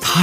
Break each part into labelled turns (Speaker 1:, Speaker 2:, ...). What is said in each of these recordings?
Speaker 1: 他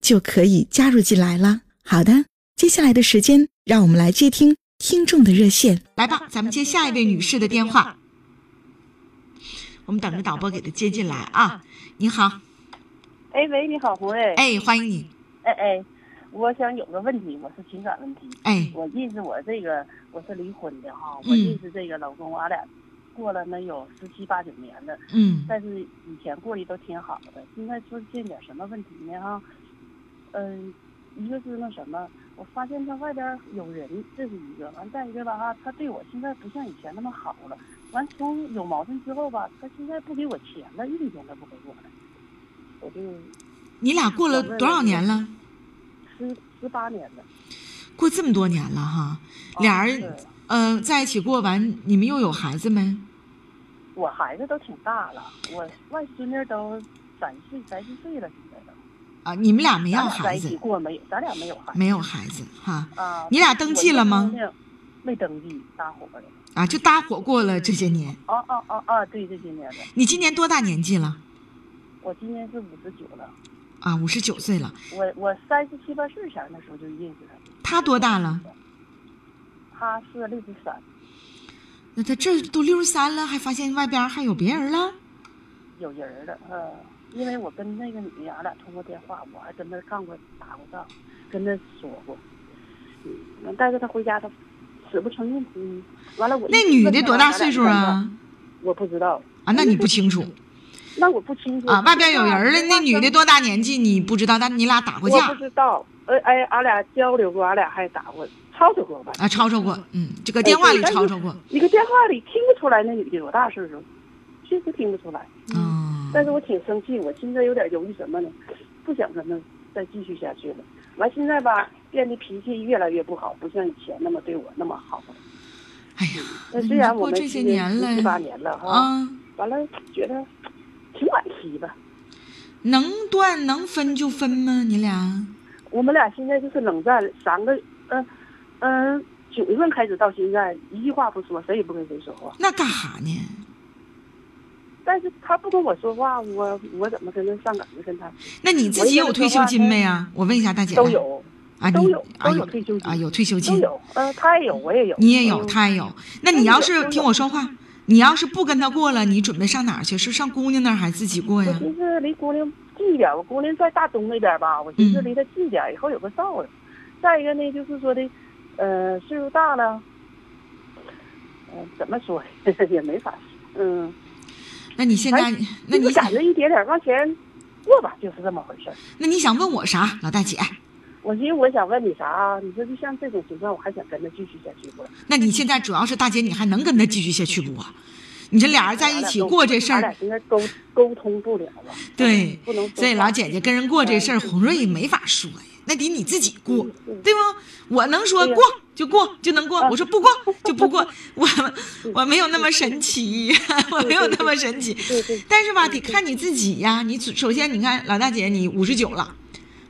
Speaker 2: 就可以加入进来了。好的，接下来的时间，让我们来接听听众的热线。
Speaker 3: 来吧，咱们接下一位女士的电话。我们等着导播给她接进来啊。你好，
Speaker 4: 哎喂，你好，胡瑞。
Speaker 3: 哎，欢迎你。
Speaker 4: 哎哎，我想有个问题，我是情感问题。
Speaker 3: 哎，
Speaker 4: 我意思我这个我是离婚的哈，
Speaker 3: 嗯
Speaker 4: 我意思这个老公俺俩过了能有十七八九年了，
Speaker 3: 嗯
Speaker 4: 但是以前过得都挺好的，现在出现点什么问题呢哈？嗯，一个是那什么，我发现他外边有人，这是一个，完再一个吧哈，他对我现在不像以前那么好了，完从有矛盾之后吧，他现在不给我钱了，一分钱都不给我了，我就
Speaker 3: 你俩过了多少年了？
Speaker 4: 十十八年了，
Speaker 3: 过这么多年了哈，
Speaker 4: 啊
Speaker 3: 俩人
Speaker 4: 是
Speaker 3: 呃在一起过完，你们又有孩子没？
Speaker 4: 我孩子都挺大了，我外孙女都三岁、三四岁了，现在都。
Speaker 3: 啊，你们俩没
Speaker 4: 咱
Speaker 3: 要
Speaker 4: 俩在
Speaker 3: 孩
Speaker 4: 一起
Speaker 3: 子，
Speaker 4: 过没有？咱俩没有孩子。
Speaker 3: 没有孩子哈
Speaker 4: 啊。
Speaker 3: 你俩登记了吗
Speaker 4: 我这姑娘没登记，搭伙的。
Speaker 3: 啊，就搭伙过了这些年。
Speaker 4: 哦哦哦哦，对，这些年的。
Speaker 3: 你今年多大年纪了？
Speaker 4: 我今年是五十九了，
Speaker 3: 啊，五十九岁了。
Speaker 4: 我我三十七八岁前的时候就认识他，
Speaker 3: 他多大了？
Speaker 4: 他是六十三，
Speaker 3: 那他这都六十三了，还发现外边还有别人了？
Speaker 4: 有人了。嗯，因为我跟那个女的，俺俩通过电话，我还跟她干过打过仗，跟她说过。嗯，但是她回家她死不承认。嗯，完了我一
Speaker 3: 那女
Speaker 4: 问
Speaker 3: 的
Speaker 4: 她
Speaker 3: 多大岁数？
Speaker 4: 咱俩就干仗
Speaker 3: 啊？
Speaker 4: 我不知道。
Speaker 3: 啊，那你不清楚
Speaker 4: 那我不清楚
Speaker 3: 啊？外边有人了，那女的多
Speaker 4: 大
Speaker 3: 大年纪你不知道？但你俩打过
Speaker 4: 我
Speaker 3: 架
Speaker 4: 不知道，呃，哎，俺俩交流过，俺俩还打过，吵吵过吧？哎
Speaker 3: 啊？吵吵过，嗯，就搁电话里吵吵过。
Speaker 4: 你搁电话里听不出来那女的多大岁数，确实听不出来。
Speaker 3: 啊，
Speaker 4: 但是我挺生气，我现在有点犹豫什么呢？不想跟他再继续下去了。完现在吧，变得脾气越来越不好，不像以前那么对我那么好了。
Speaker 3: 哎呀，
Speaker 4: 那
Speaker 3: 你
Speaker 4: 虽然我
Speaker 3: 过
Speaker 4: 们
Speaker 3: 这些年
Speaker 4: 七八
Speaker 3: 了
Speaker 4: 年了哈，
Speaker 3: 啊，
Speaker 4: 完了觉得挺惋惜吧。
Speaker 3: 能断能分就分吗？你俩
Speaker 4: 我们俩现在就是冷战，三个，嗯、嗯、九月份开始到现在，一句话不说，谁也不跟谁说话。
Speaker 3: 那干哈呢？
Speaker 4: 但是他不跟我说话，我我怎么跟他上赶着跟他
Speaker 3: 那你自己有退休金没呀？我问一下大姐，
Speaker 4: 都有
Speaker 3: 啊，
Speaker 4: 都
Speaker 3: 你
Speaker 4: 有
Speaker 3: 啊
Speaker 4: 都有退休金
Speaker 3: 啊，有退休
Speaker 4: 都
Speaker 3: 金，
Speaker 4: 有，嗯、他也有，我也有，
Speaker 3: 你也有，
Speaker 4: 嗯
Speaker 3: 他也有。那你要是听我说话，你要是不跟他过了，你准备上哪儿去？是上姑娘那儿还是自己过
Speaker 4: 我
Speaker 3: 呀？
Speaker 4: 寻思离姑娘近一点，我姑娘在大东那边吧，我寻思离她近点，以后有个照应。再一个呢，就是说的，呃，岁数大了，嗯、怎么说也没法说，嗯，
Speaker 3: 那你现在
Speaker 4: 哎，
Speaker 3: 那你
Speaker 4: 就是
Speaker 3: 想
Speaker 4: 感，觉一点点往前过吧，就是这么回事儿。
Speaker 3: 那你想问我啥，老大姐？
Speaker 4: 我寻思我想问你啥，你说就像这种情况，我还想跟他继续下去不？
Speaker 3: 那你现在主要是大姐，你还能跟他继续下去不啊？你这俩人在一起过这事
Speaker 4: 咱俩
Speaker 3: 儿，
Speaker 4: 现在沟沟通不了了，
Speaker 3: 对
Speaker 4: 不能说话。
Speaker 3: 所以老姐姐跟人过这事儿，红瑞也没法说呀，那得你自己过，
Speaker 4: 嗯
Speaker 3: 对不？我能说
Speaker 4: 对呀
Speaker 3: 过就过就能过，我说不过就不 过，我
Speaker 4: 嗯
Speaker 3: 我没有那么神奇，我没有那么神奇。
Speaker 4: 对对，嗯
Speaker 3: 但是吧，得看你自己呀。你首先你看老大姐，你五十九了，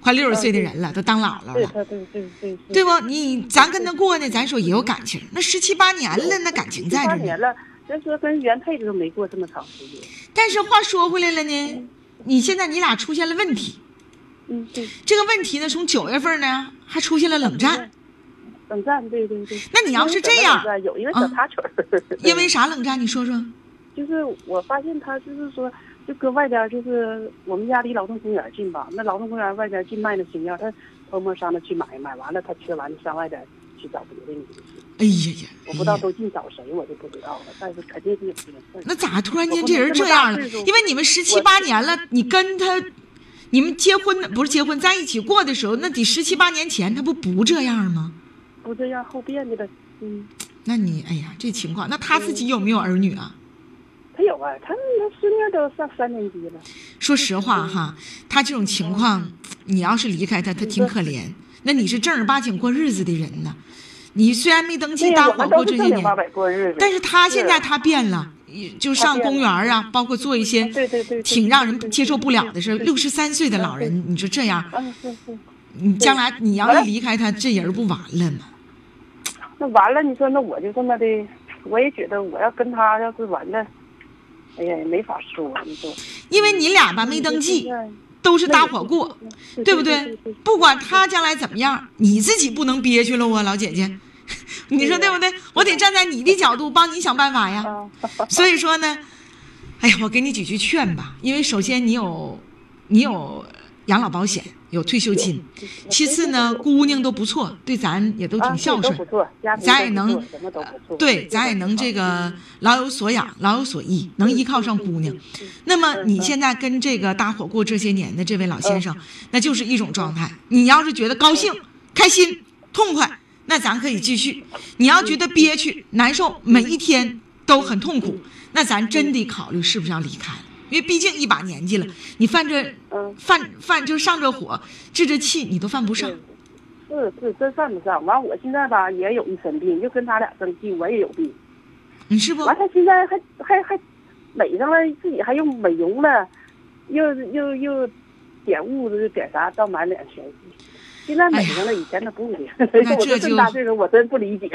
Speaker 3: 快六十岁的人了，都当姥姥
Speaker 4: 嗯对嗯
Speaker 3: 了。
Speaker 4: 他对对对对。
Speaker 3: 对不？你咱跟他过呢，咱说也有感情，那十七八年了，那感情在
Speaker 4: 八
Speaker 3: 这呢
Speaker 4: 年。了，咱说跟原配的都没过这么长时间。
Speaker 3: 但是话说回来了呢，你现在你俩出现了问题，
Speaker 4: 嗯，对，
Speaker 3: 这个问题呢，从九月份呢还出现了冷战，
Speaker 4: 冷战，对对对。
Speaker 3: 那你要是这样嗯
Speaker 4: 因为什么冷战有一个小插曲儿，
Speaker 3: 因为啥冷战？你说说。
Speaker 4: 就是我发现他就是说就搁外边儿就是我们家离劳动公园近吧，那劳动公园外边儿净卖那新药，他偷摸上那去买，买完了他缺完上外边儿去找别的女的去。
Speaker 3: 哎呀呀，
Speaker 4: 我不知道都净找谁，我就不知道了，但是肯定是有这种事儿。
Speaker 3: 那咋突然间这人这样了？因为你们十七八年了，你跟他，你们结婚的不是结婚，在一起过的时候，那得十七八年前，他不不这样吗？
Speaker 4: 不这样后变的呗，嗯。
Speaker 3: 那你哎呀，这情况，那他自己有没有儿女啊？
Speaker 4: 他有啊，他他孙女都上三年级了，
Speaker 3: 说实话哈，他这种情况，你要是离开他，他挺可怜。那你是正儿八经过日子的人呢，你虽然没登
Speaker 4: 对
Speaker 3: 记
Speaker 4: 呀
Speaker 3: 打
Speaker 4: 我
Speaker 3: 火
Speaker 4: 们
Speaker 3: 过
Speaker 4: 都
Speaker 3: 这
Speaker 4: 是
Speaker 3: 些
Speaker 4: 正经
Speaker 3: 年，
Speaker 4: 八百过日子。
Speaker 3: 但是他现在
Speaker 4: 是
Speaker 3: 他变了，也就上公园啊，包括做一些
Speaker 4: 对对对对
Speaker 3: 挺让人
Speaker 4: 对对
Speaker 3: 接受不了的事儿。
Speaker 4: 对
Speaker 3: 六十三岁的老人，你说这样，
Speaker 4: 嗯是是，
Speaker 3: 你将来你要一离开他，这人不完了吗？
Speaker 4: 那完了，你说那我就这么的，我也觉得我要跟他要是完了，哎呀也没法说，你说
Speaker 3: 因为你俩吧没登记，都是搭伙过，对不对？不管他将来怎么样，你自己不能憋屈了啊，老姐姐，你说对不对？我得站在你的角度帮你想办法呀。
Speaker 4: 啊，
Speaker 3: 所以说呢，哎呀，我给你几句劝吧，因为首先你有，你有养老保险，有退休金，其次呢，姑娘都不错，对咱也都挺孝
Speaker 4: 啊对
Speaker 3: 顺
Speaker 4: 都不，错，家庭
Speaker 3: 咱也
Speaker 4: 都不
Speaker 3: 能
Speaker 4: 错什么都不错，
Speaker 3: 对，咱也能这个老有所养，老有所依，能依靠上姑娘。那么你现在跟这个搭伙过这些年的这位老先生，那就是一种状态。你要是觉得高兴、开心、痛快，那咱可以继续；你要觉得憋屈、难受，每一天都很痛苦，那咱真得考虑是不是要离开了。因为毕竟一把年纪了，你犯这
Speaker 4: 嗯
Speaker 3: 犯犯就上这火、治这气，你都犯不上。
Speaker 4: 是是真犯不上。完我现在吧也有一身病，就跟他俩生气，我也有病。
Speaker 3: 你是 不
Speaker 4: 完，他现在还还还美上了，自己还用美容了，又又又点痦子，又点啥，到满脸全是。现在美上了，以前他不理。
Speaker 3: 哎 那
Speaker 4: 我
Speaker 3: 这就
Speaker 4: 就这么大岁数，我真不理解。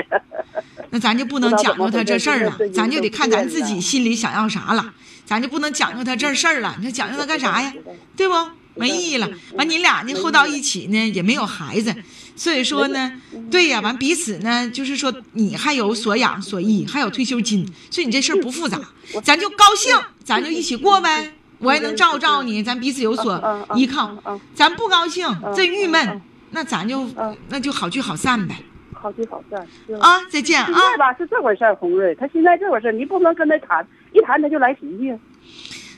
Speaker 3: 那咱就不能讲究他这事儿了
Speaker 4: 不知道怎么回，事
Speaker 3: 咱就得看咱自己心里想要啥了，咱就不能讲究他这事儿了。你说讲究他干啥呀？
Speaker 4: 嗯
Speaker 3: 对不？没意义了。完，你俩呢后到一起呢也没有孩子，所以说呢，
Speaker 4: 嗯
Speaker 3: 对呀，完彼此呢就是说你还有所养所依，还有退休金，所以你这事儿不复杂，咱就高兴，咱就一起过呗。我也能照顾照顾你，咱彼此有所依靠
Speaker 4: 嗯嗯嗯。
Speaker 3: 咱不高兴，这郁闷
Speaker 4: 嗯，
Speaker 3: 那咱就
Speaker 4: 嗯
Speaker 3: 那就好聚好散呗。
Speaker 4: 好聚好散。是吧
Speaker 3: 啊，再见啊
Speaker 4: 现。在吧是这回事儿，红瑞，他现在这回事儿，你不能跟他谈，一谈他就来脾气。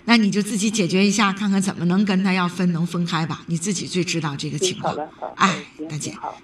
Speaker 3: 那你就自己解决一下，看看怎么能跟他要分能分开吧，你自己最知道这个情
Speaker 4: 行好
Speaker 3: 况
Speaker 4: 了，好。。
Speaker 3: 哎
Speaker 4: 行，
Speaker 3: 再见
Speaker 4: 行。好。